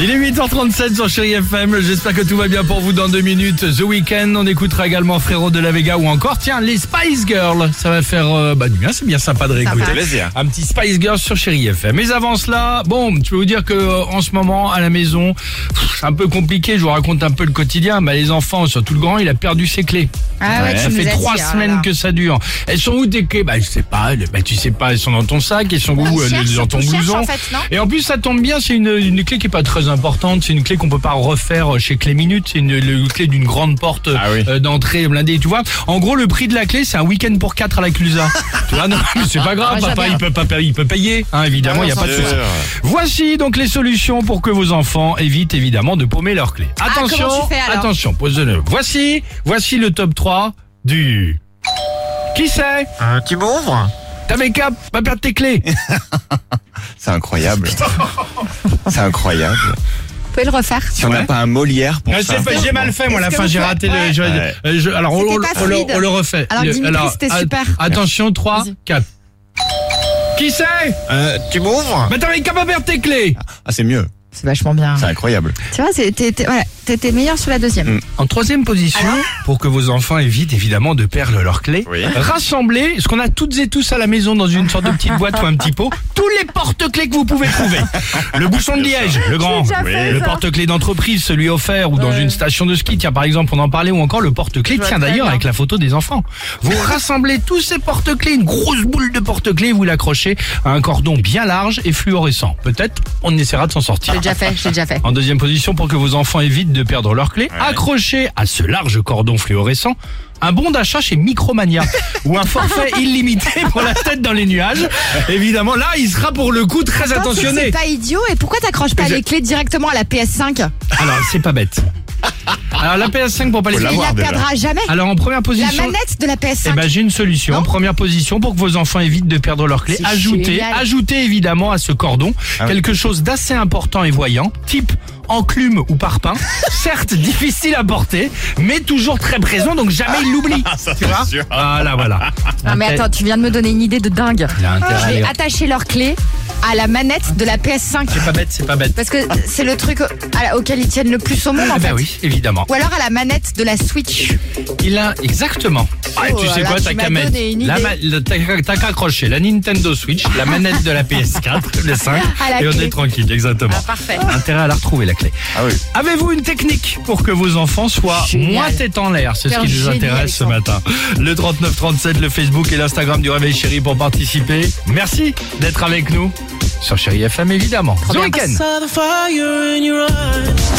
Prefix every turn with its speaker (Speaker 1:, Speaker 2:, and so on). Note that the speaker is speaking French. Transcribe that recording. Speaker 1: Il est 8h37 sur Chéri FM. J'espère que tout va bien pour vous dans deux minutes. The Weeknd, on écoutera également Frérot de la Vega ou encore, tiens, les Spice Girls. Ça va faire euh, bah, du bien, c'est bien sympa de réécouter.
Speaker 2: Sympa. Plaisir.
Speaker 1: Un petit Spice Girls sur Chéri FM. Mais avant cela, bon, je peux vous dire que euh, en ce moment, à la maison, pff, c'est un peu compliqué. Je vous raconte un peu le quotidien. Bah, les enfants, surtout le grand, il a perdu ses clés.
Speaker 2: Ah ouais,
Speaker 1: ça
Speaker 2: tu nous
Speaker 1: fait
Speaker 2: as
Speaker 1: trois
Speaker 2: dit, oh là
Speaker 1: semaines
Speaker 2: là.
Speaker 1: que ça dure. Elles sont où tes clés Bah, je sais pas. Bah, tu sais pas, elles sont dans ton sac, elles sont où
Speaker 2: On
Speaker 1: euh,
Speaker 2: Bah, cherche,
Speaker 1: Dans ton
Speaker 2: on cherche,
Speaker 1: blouson.
Speaker 2: en fait, non
Speaker 1: Et en plus, ça tombe bien, c'est une, une clé qui est pas très importante. C'est une clé qu'on peut pas refaire euh, chez Clé Minute. C'est une, le- une clé d'une grande porte
Speaker 2: Ah oui.
Speaker 1: euh, d'entrée blindée. Tu vois, en gros, le prix de la clé, c'est un week-end pour quatre à la Clusa. tu vois, non, mais c'est pas grave.
Speaker 3: Ah,
Speaker 1: papa,
Speaker 3: j'adore.
Speaker 1: il peut pas, payer- il peut payer. Hein, évidemment, il y a pas de
Speaker 2: c'est
Speaker 1: souci.
Speaker 2: sûr.
Speaker 1: Voici donc les solutions pour que vos enfants évitent évidemment de paumer leurs clés. Attention,
Speaker 3: Ah, comment tu fais, alors
Speaker 1: attention, pose le. Voici, voici le top 3 du. Qui c'est
Speaker 4: Euh, tu m'ouvres
Speaker 1: T'avais qu'à pas perdre tes clés.
Speaker 5: C'est incroyable. C'est incroyable.
Speaker 3: Vous pouvez le refaire.
Speaker 5: Si on n'a pas un Molière pour
Speaker 1: Ouais,
Speaker 5: ça.
Speaker 1: c'est fait, Ah, j'ai mal fait moi la
Speaker 3: Est-ce
Speaker 1: fin,
Speaker 3: que
Speaker 1: j'ai
Speaker 3: vous
Speaker 1: raté
Speaker 3: faites-
Speaker 1: le- je-
Speaker 5: Ouais.
Speaker 1: euh, je- alors on,
Speaker 3: C'était
Speaker 1: on-
Speaker 3: pas
Speaker 1: on le-
Speaker 3: fluide.
Speaker 1: on le refait.
Speaker 3: Alors,
Speaker 1: Le-
Speaker 3: Dimitri, c'était
Speaker 1: a-
Speaker 3: super.
Speaker 1: Attention 3
Speaker 3: Vas-y.
Speaker 1: 4. Qui c'est
Speaker 4: euh, Tu m'ouvres
Speaker 1: Mais t'avais qu'à pas perdre tes clés.
Speaker 5: Ah, c'est mieux.
Speaker 3: C'est vachement bien.
Speaker 5: C'est incroyable.
Speaker 3: Tu vois, c'est- t'es- t'es- voilà, t'étais meilleur sur la deuxième.
Speaker 1: En troisième position, pour que vos enfants évitent évidemment de perdre leurs clés,
Speaker 5: Oui.
Speaker 1: rassemblez ce qu'on a toutes et tous à la maison dans une sorte de petite boîte ou un petit pot, tous les porte-clés que vous pouvez trouver. Le bouchon de liège, le grand,
Speaker 3: déjà
Speaker 1: Oui.
Speaker 3: fait,
Speaker 1: le
Speaker 3: ça.
Speaker 1: porte-clés d'entreprise, celui offert ou dans une station de ski, tiens par exemple, on en parlait, ou encore le porte-clés, tiens d'ailleurs avec la photo des enfants. Vous rassemblez tous ces porte-clés, une grosse boule de porte-clés, vous l'accrochez à un cordon bien large et fluorescent. Peut-être on essaiera de s'en sortir.
Speaker 3: J'ai déjà fait, j'ai déjà fait.
Speaker 1: En deuxième position, pour que vos enfants évitent de perdre leurs clés, accrochez à ce large cordon fluorescent un bon d'achat chez Micromania ou un forfait illimité pour la tête dans les nuages. Évidemment, là, il sera pour le coup très
Speaker 3: Attends, c'est que
Speaker 1: attentionné.
Speaker 3: C'est pas idiot et pourquoi t'accroches pas
Speaker 1: Je-
Speaker 3: les clés directement à la PS5
Speaker 1: Alors, c'est pas bête. Alors, la PS5 pour pas les
Speaker 5: Faut
Speaker 3: Il
Speaker 5: l'avoir.
Speaker 3: la
Speaker 5: déjà.
Speaker 3: perdra jamais.
Speaker 1: Alors, en première
Speaker 3: La
Speaker 1: position.
Speaker 3: manette de la PS5.
Speaker 1: Eh ben, j'ai une solution. En première position, pour que vos enfants évitent de perdre leurs clés,
Speaker 3: C'est
Speaker 1: ajoutez,
Speaker 3: génial.
Speaker 1: ajoutez évidemment à ce cordon quelque chose d'assez important et voyant, type enclume ou parpaing, certes difficile à porter, mais toujours très présent, donc jamais il l'oublie. tu vois Voilà, voilà.
Speaker 3: Non mais attends, tu viens de me donner une idée de dingue.
Speaker 1: Il a intérêt à
Speaker 3: Je vais
Speaker 1: aller-
Speaker 3: attacher leurs clés à la manette de la PS5
Speaker 1: C'est pas bête, c'est pas bête.
Speaker 3: parce que c'est le truc à la- auquel ils tiennent le plus au monde en
Speaker 1: Eh
Speaker 3: fait.
Speaker 1: ben oui, évidemment.
Speaker 3: Ou alors à la manette de la Switch.
Speaker 1: Il a exactement. Ah,
Speaker 3: Oh
Speaker 1: tu sais
Speaker 3: là
Speaker 1: quoi,
Speaker 3: là,
Speaker 1: t'as
Speaker 3: tu
Speaker 1: qu'à
Speaker 3: m'as
Speaker 1: mettre
Speaker 3: donné une
Speaker 1: la
Speaker 3: idée.
Speaker 1: ma- le- t'as qu'à- t'as qu'à accrocher la Nintendo Switch, la manette de la PS4, les 5,
Speaker 3: À la
Speaker 1: et on
Speaker 3: clé.
Speaker 1: est tranquille, exactement.
Speaker 3: Parfait.
Speaker 1: Intérêt à la retrouver la clé.
Speaker 5: Ah oui.
Speaker 1: Avez-vous une technique pour que vos enfants soient
Speaker 3: Génial.
Speaker 1: moins tête en l'air C'est ce
Speaker 3: Super
Speaker 1: qui nous
Speaker 3: génie,
Speaker 1: intéresse ce
Speaker 3: Alexandre.
Speaker 1: matin. Le 3937, le Facebook et l'Instagram du Réveil Chéri pour participer. Merci d'être avec nous sur Chéri FM évidemment. Ce
Speaker 3: bien.
Speaker 1: week-end.
Speaker 6: saw the fire in your eyes.